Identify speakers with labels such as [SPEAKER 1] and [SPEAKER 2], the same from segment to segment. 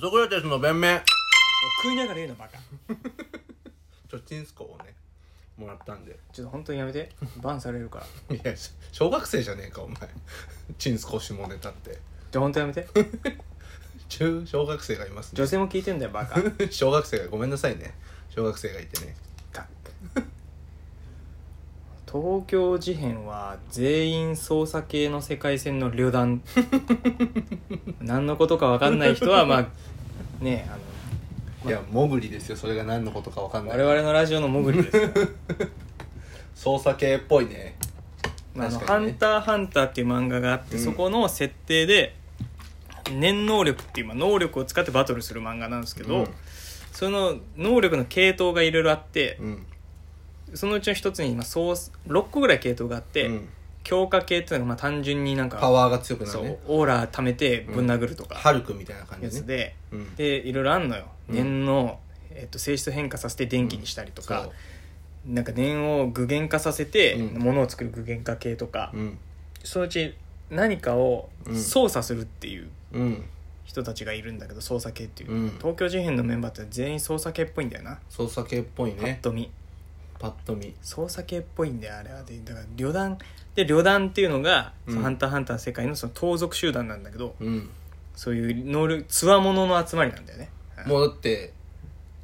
[SPEAKER 1] ソクラテスの弁明
[SPEAKER 2] 食いながら言うのバカ
[SPEAKER 1] ちょチンスコをねもらったんで
[SPEAKER 2] ちょっと本当にやめてバンされるから
[SPEAKER 1] いやし小学生じゃねえかお前 チンスコ下ネタって
[SPEAKER 2] じゃあ本当やめて
[SPEAKER 1] 中小学生がいますね
[SPEAKER 2] 女性も聞いてんだよバカ
[SPEAKER 1] 小学生がごめんなさいね小学生がいてね
[SPEAKER 2] 東京事変は全員捜査系の世界線の旅団何のことか分かんない人はまあねえあの
[SPEAKER 1] いやモグリですよそれが何のことかわかんない
[SPEAKER 2] 我々のラジオのモグリですから
[SPEAKER 1] 操作系っぽいね
[SPEAKER 2] まああの
[SPEAKER 1] 確
[SPEAKER 2] ハ
[SPEAKER 1] かにね
[SPEAKER 2] ンター×ハンター」っていう漫画があって、
[SPEAKER 1] うん
[SPEAKER 2] そこの設定で念能力っていう、まあ、能力を使ってバトルする漫画なんですけど、
[SPEAKER 1] うん
[SPEAKER 2] その能力の系統がいろいろあって、
[SPEAKER 1] うん
[SPEAKER 2] そのうちの一つに今そう6個ぐらい系統があって、
[SPEAKER 1] うん
[SPEAKER 2] 強化系っていうのがまあ単純になんか
[SPEAKER 1] パワーが強くな
[SPEAKER 2] そ
[SPEAKER 1] る
[SPEAKER 2] う
[SPEAKER 1] ね
[SPEAKER 2] オーラ貯めてぶん殴るとか
[SPEAKER 1] ハルクみたいな感
[SPEAKER 2] や
[SPEAKER 1] じ
[SPEAKER 2] つ
[SPEAKER 1] ね
[SPEAKER 2] で、
[SPEAKER 1] うん
[SPEAKER 2] でいろいろあんのよ、
[SPEAKER 1] うん
[SPEAKER 2] 念の、えっと、性質変化させて電気にしたりとか
[SPEAKER 1] そ、
[SPEAKER 2] なんか念を具現化させて、
[SPEAKER 1] うん
[SPEAKER 2] 物を作る具現化系とか、
[SPEAKER 1] ううん
[SPEAKER 2] そのうち何かを
[SPEAKER 1] うん
[SPEAKER 2] 操作するっていう
[SPEAKER 1] うん
[SPEAKER 2] 人たちがいるんだけど操作系っていう、
[SPEAKER 1] うん
[SPEAKER 2] 東京事変のメンバーって全員操作系っぽいんだよな、
[SPEAKER 1] 操作系っぽい
[SPEAKER 2] ぱっ
[SPEAKER 1] ね
[SPEAKER 2] と見
[SPEAKER 1] パッと見
[SPEAKER 2] 操作系っぽいんだよあれはでだから旅団で旅団っていうのが「
[SPEAKER 1] うん
[SPEAKER 2] そのハンターハンター」の世界のその盗賊集団なんだけど
[SPEAKER 1] うん
[SPEAKER 2] そういう能力つわものの集まりなんだよね
[SPEAKER 1] もうだって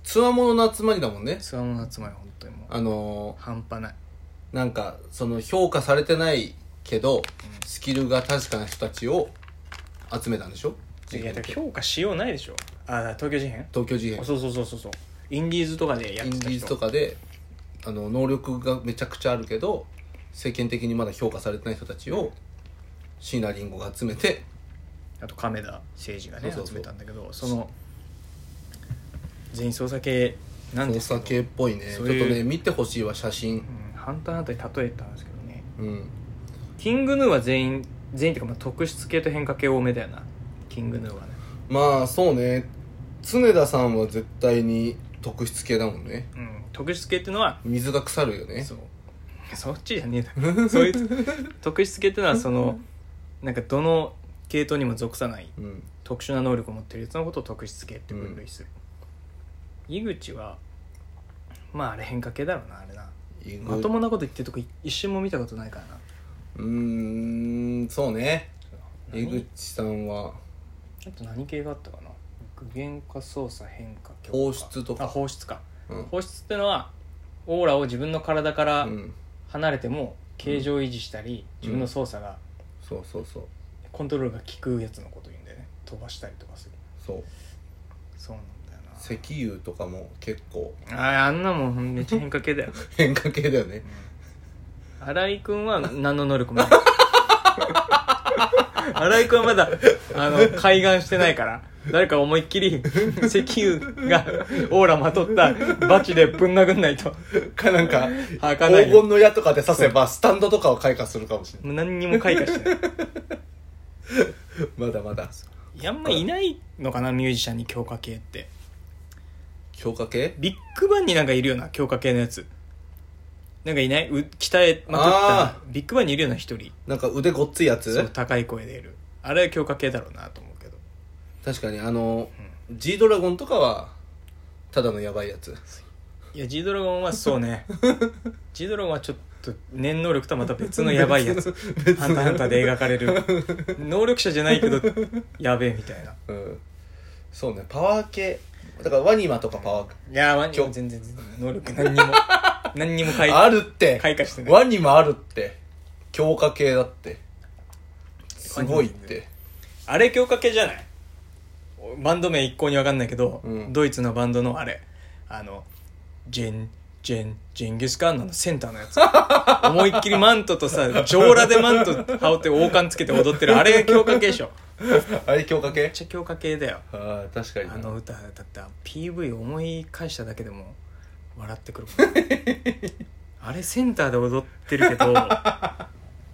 [SPEAKER 1] つわものの集まりだもんね
[SPEAKER 2] つわものの集まり本当にもう
[SPEAKER 1] あの
[SPEAKER 2] 半端ない
[SPEAKER 1] ーなんかその評価されてないけどスキルが確かな人たちを集めたんでしょ
[SPEAKER 2] いやだから評価しようないでしょああ東京事変
[SPEAKER 1] 東京事変
[SPEAKER 2] あそうそうそうそうそうインディーズとかでやっ
[SPEAKER 1] イン
[SPEAKER 2] て
[SPEAKER 1] デ
[SPEAKER 2] た
[SPEAKER 1] ィー
[SPEAKER 2] 人
[SPEAKER 1] ズとかであの能力がめちゃくちゃあるけど世間的にまだ評価されてない人たちを椎名林檎が集めて
[SPEAKER 2] あと亀田誠治がね
[SPEAKER 1] そうそうそう
[SPEAKER 2] 集めたんだけどその全員捜査系なんですけ
[SPEAKER 1] 操
[SPEAKER 2] ど
[SPEAKER 1] 作系っぽいね
[SPEAKER 2] そういう
[SPEAKER 1] ちょっとね見てほしいわ写真
[SPEAKER 2] うん、ハンターハンターに例えたんですけどね
[SPEAKER 1] うん
[SPEAKER 2] キングヌーは全員全員っていうかまあ特質系と変化系多めだよなキングヌーはね
[SPEAKER 1] まあそうね常田さんは絶対に特質系だもんね
[SPEAKER 2] うん特質系っていうのは
[SPEAKER 1] 水が腐るよね
[SPEAKER 2] そうそっちじゃねえだろ そういう特質系っていうのはそのなんかどの系統にも属さない
[SPEAKER 1] うん
[SPEAKER 2] 特殊な能力を持ってるやつのことを特質系って分類する、井口はまああれ変化系だろうなあれなまともなこと言ってるとこい一瞬も見たことないからな
[SPEAKER 1] うーんそうね江
[SPEAKER 2] 何
[SPEAKER 1] 口さんは
[SPEAKER 2] あと何系があったかな具現化操作変化強化
[SPEAKER 1] 放出とか
[SPEAKER 2] あ放出か
[SPEAKER 1] うん
[SPEAKER 2] 放出ってのはオーラを自分の体から
[SPEAKER 1] うん
[SPEAKER 2] 離れても形状維持したり、
[SPEAKER 1] ん
[SPEAKER 2] 自分の操作が
[SPEAKER 1] そうそうそう
[SPEAKER 2] コントロールが効くやつのこと言うんだよね飛ばしたりとかする
[SPEAKER 1] そう
[SPEAKER 2] そうなんだよな
[SPEAKER 1] 石油とかも結構
[SPEAKER 2] あーあんなもんめっちゃ変化系だよ
[SPEAKER 1] 変化系だよね
[SPEAKER 2] 新井君は何の能力もない 新井君はまだあの開眼してないから誰か思いっき り石油がオーラまとったバチでぶん殴んないと
[SPEAKER 1] かなんか
[SPEAKER 2] 開かな
[SPEAKER 1] 黄
[SPEAKER 2] いよ
[SPEAKER 1] 金の矢とかで刺せばスタンドとかを開花するかもしれな
[SPEAKER 2] もう何にも開花してない
[SPEAKER 1] いまだまだ
[SPEAKER 2] いやあんまいないのかなミュージシャンに強化系って
[SPEAKER 1] 強化系
[SPEAKER 2] ビッグバンになんかいるような強化系のやつなんかいないう鍛えま
[SPEAKER 1] あ
[SPEAKER 2] くったビッグバンにいるような一人
[SPEAKER 1] なんか腕ごっついや
[SPEAKER 2] そう
[SPEAKER 1] つ
[SPEAKER 2] 高い声でいるあれは強化系だろうなと思うけど
[SPEAKER 1] 確かにあの G ドラゴンとかはただのやばいやつ
[SPEAKER 2] いや G ドラゴンはそう ね G ドラゴンはちょっと念能力とはまた 別のやばいやつ「ハンターハンター」で描かれる能力者じゃないけどやべえみたいな
[SPEAKER 1] うんそうねパワー系だからワニマとかパワー
[SPEAKER 2] いやワニ
[SPEAKER 1] 今
[SPEAKER 2] 全
[SPEAKER 1] 日
[SPEAKER 2] 然全然能力何 にも何にも開
[SPEAKER 1] あるって
[SPEAKER 2] 開花してない
[SPEAKER 1] ワニもあるって強化系だってすごいって
[SPEAKER 2] あれ強化系じゃないバンド名一向に分かんないけど、
[SPEAKER 1] うん
[SPEAKER 2] ドイツのバンドのあれあのジェンジェンジェンギスカンのセンターの やつ思いっきりマントとさ上裸でマント羽織って王冠つけて踊ってるあれが強化系でしょ
[SPEAKER 1] あれ強化系
[SPEAKER 2] めっちゃ強化系だよ
[SPEAKER 1] ああ確かに
[SPEAKER 2] あ
[SPEAKER 1] な
[SPEAKER 2] の歌だった PV 思い返しただけでも笑っ てくるもんあれセンターで踊ってるけどあ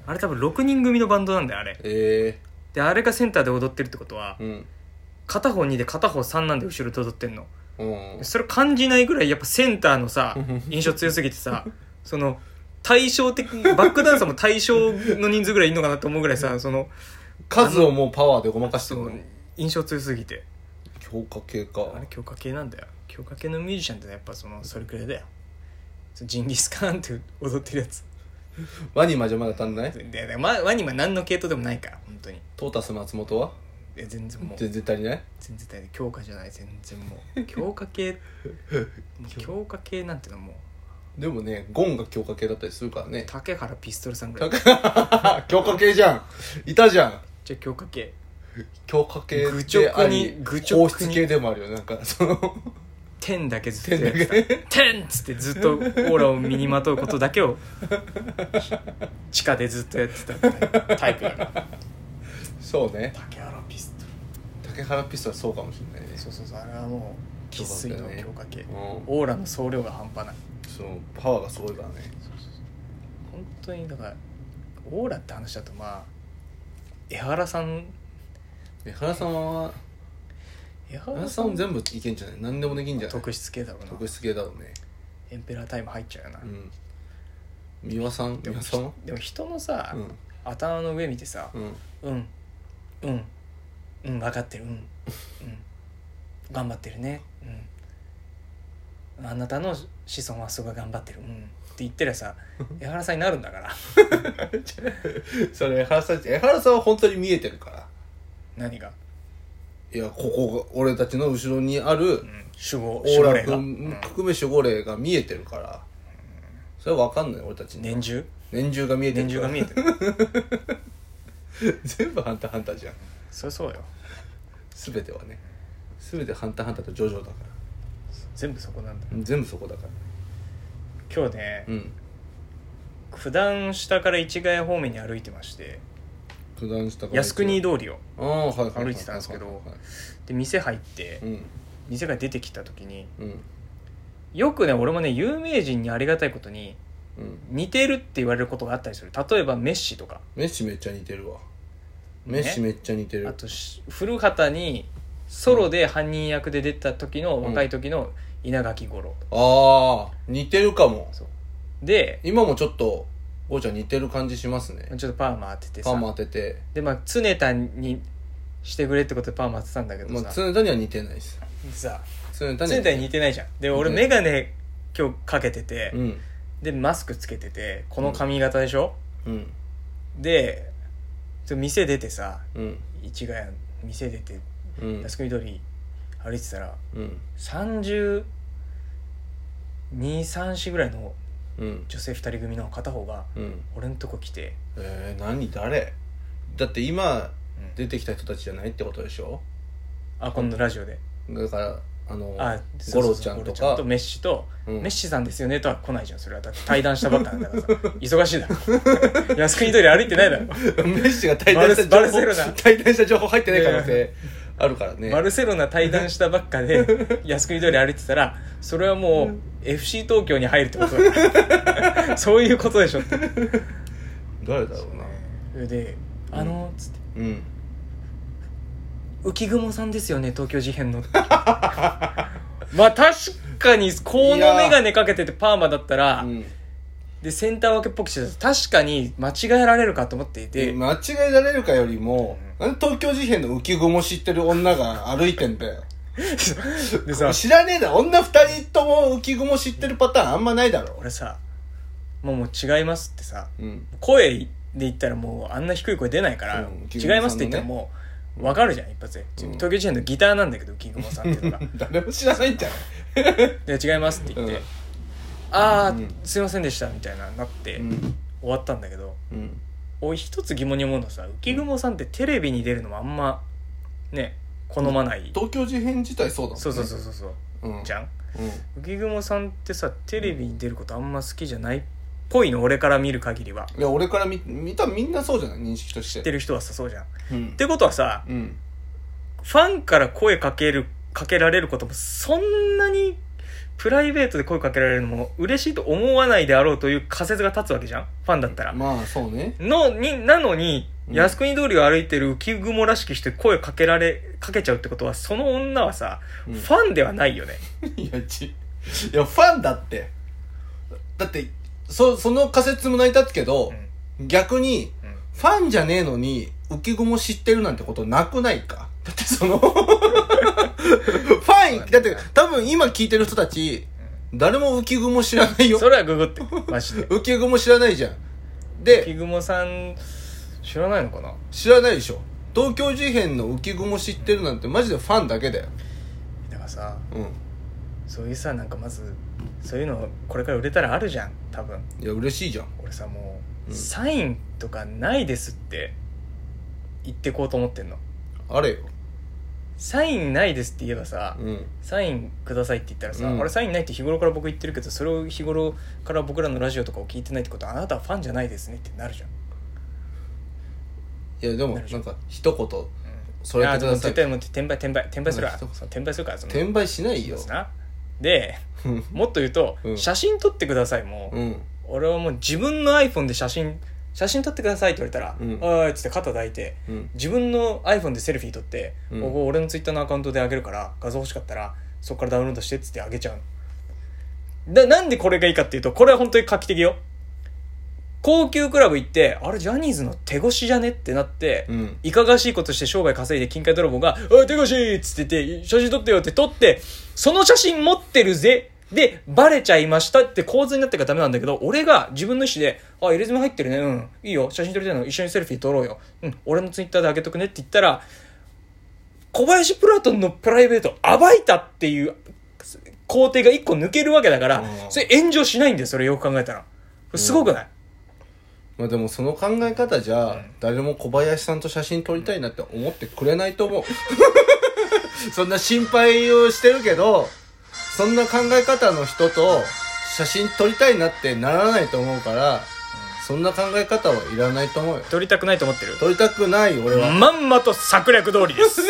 [SPEAKER 2] れ多分6人組のバンドなんだよあれ
[SPEAKER 1] え
[SPEAKER 2] であれがセンターで踊ってるってことは
[SPEAKER 1] えうん
[SPEAKER 2] 片方2で片方3なんで後ろで踊ってんの
[SPEAKER 1] うん
[SPEAKER 2] それ感じないぐらいやっぱセンターのさ印象強すぎてさその対照的バックダンサーも対象の人数ぐらいいんのかなと思うぐらいさその
[SPEAKER 1] 数をもうパワーでごまかして
[SPEAKER 2] そ
[SPEAKER 1] る
[SPEAKER 2] の印象強すぎて
[SPEAKER 1] 強化系か
[SPEAKER 2] あれ強化系なんだよ強化系のミュージシャンってやっぱそのそれくらいだよそのジンギスカーンって踊ってるやつ
[SPEAKER 1] ワニマじゃまだ足んない
[SPEAKER 2] でで、ま、ワニマ何の系統でもないから本当に
[SPEAKER 1] トータス松本は
[SPEAKER 2] え全然もう
[SPEAKER 1] 全然足りない
[SPEAKER 2] 全然大丈夫強化じゃない全然もう強化系もう強化系なんてのはもう
[SPEAKER 1] でもねゴンが強化系だったりするからね
[SPEAKER 2] 竹原ピストルさんぐらい
[SPEAKER 1] あ 強化系じゃんいたじゃん
[SPEAKER 2] じゃあ強化系
[SPEAKER 1] 強化系
[SPEAKER 2] 愚
[SPEAKER 1] であ
[SPEAKER 2] 直に
[SPEAKER 1] り
[SPEAKER 2] 愚直に
[SPEAKER 1] 皇室系でもあるよなんかその
[SPEAKER 2] 天だけずっとやってた「天」っつってずっとオーラを身にまとうことだけを地下でずっとやってたタイプだから
[SPEAKER 1] そうね
[SPEAKER 2] 竹原ピストル
[SPEAKER 1] 竹原ピストはそうかもしれないね
[SPEAKER 2] そうそうそうあれはもう生粋の強化系、
[SPEAKER 1] うん
[SPEAKER 2] オーラの総量が半端ない
[SPEAKER 1] そのパワーがすごいからね
[SPEAKER 2] 本当にだからオーラって話だとまあ江原さん
[SPEAKER 1] 江原さんは
[SPEAKER 2] 江
[SPEAKER 1] 江
[SPEAKER 2] 原
[SPEAKER 1] 原
[SPEAKER 2] さ
[SPEAKER 1] さ
[SPEAKER 2] ん
[SPEAKER 1] ん全部いけんじゃない何でもできんじゃない
[SPEAKER 2] 特質系だろうな
[SPEAKER 1] 特質系だろうね
[SPEAKER 2] エンペラータイム入っちゃうよな、
[SPEAKER 1] うん三輪さん
[SPEAKER 2] で
[SPEAKER 1] 三
[SPEAKER 2] も
[SPEAKER 1] 輪さんは
[SPEAKER 2] でも人のさ、
[SPEAKER 1] うん
[SPEAKER 2] 頭の上見てさ
[SPEAKER 1] うん
[SPEAKER 2] 「うんうんうん分かってるうんうん頑張ってるねうんあなたの子孫はすごい頑張ってるうん」って言ってり ゃさ江原さんになるんだから
[SPEAKER 1] それ江原さん江原さんは本当に見えてるから
[SPEAKER 2] 何が、
[SPEAKER 1] いやここが俺たちの後ろにある
[SPEAKER 2] うん、主語
[SPEAKER 1] オ
[SPEAKER 2] 主
[SPEAKER 1] ー
[SPEAKER 2] 語
[SPEAKER 1] ラ
[SPEAKER 2] 例が、う
[SPEAKER 1] 君
[SPEAKER 2] ん、
[SPEAKER 1] 含め守護霊が見えてるからそれは分かんない俺たちに
[SPEAKER 2] 年中
[SPEAKER 1] 年中が見えて
[SPEAKER 2] 年
[SPEAKER 1] るか
[SPEAKER 2] 中が
[SPEAKER 1] ら
[SPEAKER 2] 見えてる
[SPEAKER 1] 全部ハンターハンターじゃん
[SPEAKER 2] そりゃそうよ
[SPEAKER 1] 全てはね全てハンターハンターとジョジョだか
[SPEAKER 2] 全部そこなんだ
[SPEAKER 1] ら全部そこだから
[SPEAKER 2] 今日ね、
[SPEAKER 1] うん
[SPEAKER 2] 九段下から市ヶ谷方面に歩いてまして
[SPEAKER 1] 九段下から
[SPEAKER 2] 靖国通りを
[SPEAKER 1] ああはいはいはいはい
[SPEAKER 2] 歩いてたんですけど
[SPEAKER 1] はいはい
[SPEAKER 2] で店入って
[SPEAKER 1] うん
[SPEAKER 2] 店が出てきた時に
[SPEAKER 1] うん
[SPEAKER 2] よくね俺もね有名人にありがたいことに
[SPEAKER 1] うん
[SPEAKER 2] 似てるって言われることがあったりする例えばメッシとか
[SPEAKER 1] メッシめっちゃ似てるわメ
[SPEAKER 2] ね
[SPEAKER 1] ッシめっちゃ似てる、
[SPEAKER 2] あとし古畑にソロで犯人役で出た時の、
[SPEAKER 1] ん
[SPEAKER 2] 若い時の稲垣吾郎と
[SPEAKER 1] あ
[SPEAKER 2] か
[SPEAKER 1] あ似てるかも
[SPEAKER 2] で
[SPEAKER 1] 今もちょっとゴーちゃん似てる感じしますね
[SPEAKER 2] ちょっとパーマ当てて
[SPEAKER 1] パ
[SPEAKER 2] さ
[SPEAKER 1] ーマ当てて
[SPEAKER 2] でまあ常田にしてくれってことでパーマ当てたんだけど
[SPEAKER 1] まあ
[SPEAKER 2] さ、
[SPEAKER 1] 常田には似てないです
[SPEAKER 2] さ
[SPEAKER 1] 常田
[SPEAKER 2] 常
[SPEAKER 1] には
[SPEAKER 2] 田に似てないじゃんで俺
[SPEAKER 1] ね
[SPEAKER 2] 眼鏡今日かけてて、
[SPEAKER 1] うん
[SPEAKER 2] でマスクつけててこの髪型でしょ、
[SPEAKER 1] うん
[SPEAKER 2] でちょ店出てさ
[SPEAKER 1] うん
[SPEAKER 2] 市ヶ谷店出て
[SPEAKER 1] うん
[SPEAKER 2] 靖国通り歩いてたら
[SPEAKER 1] うん
[SPEAKER 2] 3234ぐらいの
[SPEAKER 1] うん
[SPEAKER 2] 女性2人組の片方が
[SPEAKER 1] うん
[SPEAKER 2] 俺んとこ来て、
[SPEAKER 1] えー、何誰だって今
[SPEAKER 2] うん
[SPEAKER 1] 出てきた人たちじゃないってことでしょ
[SPEAKER 2] あこのラジオで、
[SPEAKER 1] だからあの
[SPEAKER 2] あ
[SPEAKER 1] ゴロちゃんと
[SPEAKER 2] ゴロ
[SPEAKER 1] か
[SPEAKER 2] メッシと、
[SPEAKER 1] うん
[SPEAKER 2] メッシさんですよねとは来ないじゃんそれはだって対談したばっかなんだからさ忙しいだろ 靖国通り歩いてないだろ
[SPEAKER 1] メッシが対談した
[SPEAKER 2] バル
[SPEAKER 1] 情
[SPEAKER 2] セバ
[SPEAKER 1] 報
[SPEAKER 2] ルセロナ
[SPEAKER 1] 対談した情報入ってない可能性あるからね
[SPEAKER 2] バルセロナ対談したばっかで 靖国通り歩いてたらそれはもう FC 東京に入るってことだよ そういうことでしょって
[SPEAKER 1] 誰だろうな
[SPEAKER 2] それで「あの」つって
[SPEAKER 1] うん
[SPEAKER 2] 「浮雲さんですよね東京事変の」 まあ確かにこの眼鏡かけててパーマだったら、
[SPEAKER 1] うん
[SPEAKER 2] でセンター分けっぽくしてたら確かに間違えられるかと思っていて、
[SPEAKER 1] 間違えられるかよりも、なんで東京事変の浮雲知ってる女が歩いてんだよ
[SPEAKER 2] でさ
[SPEAKER 1] 知らねえだろ女二人とも浮雲知ってるパターンあんまないだろ
[SPEAKER 2] 俺さ「もうもう違います」ってさ
[SPEAKER 1] うん
[SPEAKER 2] 声で言ったらもうあんな低い声出ないから
[SPEAKER 1] うん
[SPEAKER 2] 「違います」って言ったらもう分かるじゃん一発で
[SPEAKER 1] うん
[SPEAKER 2] 東京事変のギターなんだけど浮雲さんってい うのが
[SPEAKER 1] 誰も知らないんじゃん
[SPEAKER 2] で「違います」って言って
[SPEAKER 1] うん
[SPEAKER 2] 「ああ
[SPEAKER 1] うん
[SPEAKER 2] すいませんでした」みたいななって
[SPEAKER 1] うん
[SPEAKER 2] 終わったんだけど
[SPEAKER 1] うん
[SPEAKER 2] 俺一つ疑問に思うのはさ浮雲さんってテレビに出るのもあんまね好まない
[SPEAKER 1] 東京事変自体そうだもんね
[SPEAKER 2] そうそうそうそうそう
[SPEAKER 1] うん
[SPEAKER 2] じゃん
[SPEAKER 1] うん
[SPEAKER 2] 浮雲さんってさテレビに出ることあんま好きじゃないっぽいの俺から見る限りはい
[SPEAKER 1] や俺から見見たみんなそうじゃない認識として
[SPEAKER 2] 知ってる人はさそうじゃんっ
[SPEAKER 1] うん
[SPEAKER 2] てことはさ
[SPEAKER 1] うん
[SPEAKER 2] ファンから声かけるかけられることもそんなにプライベートで声かけられるのも嬉しいと思わないであろうという仮説が立つわけじゃんファンだったら、
[SPEAKER 1] まあそうね
[SPEAKER 2] のになのに
[SPEAKER 1] うん
[SPEAKER 2] 靖国通りを歩いてる浮雲らしき人に声かけられかけちゃうってことはその女はさ、
[SPEAKER 1] うん
[SPEAKER 2] ファンではないよね
[SPEAKER 1] いやちいやファンだってだってそその仮説も成り立つけど、逆に
[SPEAKER 2] うんうん
[SPEAKER 1] ファンじゃねえのに浮雲知ってるなんてことなくないかだってそのだって多分今聞いてる人たち誰も浮雲知らないよ
[SPEAKER 2] それはググってマジで
[SPEAKER 1] 浮雲知らないじゃん
[SPEAKER 2] 浮
[SPEAKER 1] で
[SPEAKER 2] 雲さん知らないのかな
[SPEAKER 1] 知らないでしょ東京事変の浮雲知ってるなんてマジでファンだけだよ
[SPEAKER 2] だからさ
[SPEAKER 1] うん
[SPEAKER 2] そういうさなんかまずそういうのこれから売れたらあるじゃん多分
[SPEAKER 1] いや嬉しいじゃん
[SPEAKER 2] 俺さもう、
[SPEAKER 1] うん
[SPEAKER 2] サインとかないですって言ってこうと思ってんの
[SPEAKER 1] あれよ
[SPEAKER 2] サインないですって言えばさ、
[SPEAKER 1] うん
[SPEAKER 2] サインくださいって言ったらさ、
[SPEAKER 1] うん
[SPEAKER 2] あれサインないって日頃から僕言ってるけどそれを日頃から僕らのラジオとかを聞いてないってことはあなたはファンじゃないですねってなるじゃん、
[SPEAKER 1] いやでもなんか一言それ
[SPEAKER 2] あ
[SPEAKER 1] くだ
[SPEAKER 2] でも
[SPEAKER 1] さい
[SPEAKER 2] 絶対もう転売転売転売するわ
[SPEAKER 1] そんな人
[SPEAKER 2] そう転売するからその
[SPEAKER 1] 転売しないよ
[SPEAKER 2] ですな で
[SPEAKER 1] うん
[SPEAKER 2] もっと言うと、
[SPEAKER 1] うん
[SPEAKER 2] 写真撮ってくださいもう、
[SPEAKER 1] うん
[SPEAKER 2] 俺はもう自分の iPhone で写真写真撮ってくださいって言われたら「
[SPEAKER 1] うん
[SPEAKER 2] おい」っつって肩抱いて
[SPEAKER 1] うん
[SPEAKER 2] 自分の iPhone でセルフィー撮って、
[SPEAKER 1] うん
[SPEAKER 2] ここ俺の Twitter のアカウントであげるから画像欲しかったらそこからダウンロードしてっつってあげちゃうのだなんでこれがいいかっていうとこれは本当に画期的よ高級クラブ行ってあれジャニーズの手越しじゃねってなって、
[SPEAKER 1] うん
[SPEAKER 2] いかがわしいことして商売稼いで金塊泥棒が「おい手越し!」っつってて写真撮ってよって撮ってその写真持ってるぜでバレちゃいましたって構図になってからダメなんだけど俺が自分の意思で「あ入れ墨入ってるねうんいいよ写真撮りたいの一緒にセルフィー撮ろうようん俺のツイッターであげとくね」って言ったら小林プラトンのプライベートを暴いたっていう工程が一個抜けるわけだから
[SPEAKER 1] うん
[SPEAKER 2] それ炎上しないんだよそれよく考えたらこれすごくない、
[SPEAKER 1] まあでもその考え方じゃ誰も小林さんと写真撮りたいなって思ってくれないと思う そんな心配をしてるけどそんな考え方の人と写真撮りたいなってならないと思うからそんな考え方はいらないと思うよ
[SPEAKER 2] 撮りたくないと思ってる
[SPEAKER 1] 撮りたくない俺は
[SPEAKER 2] まんまと策略通りです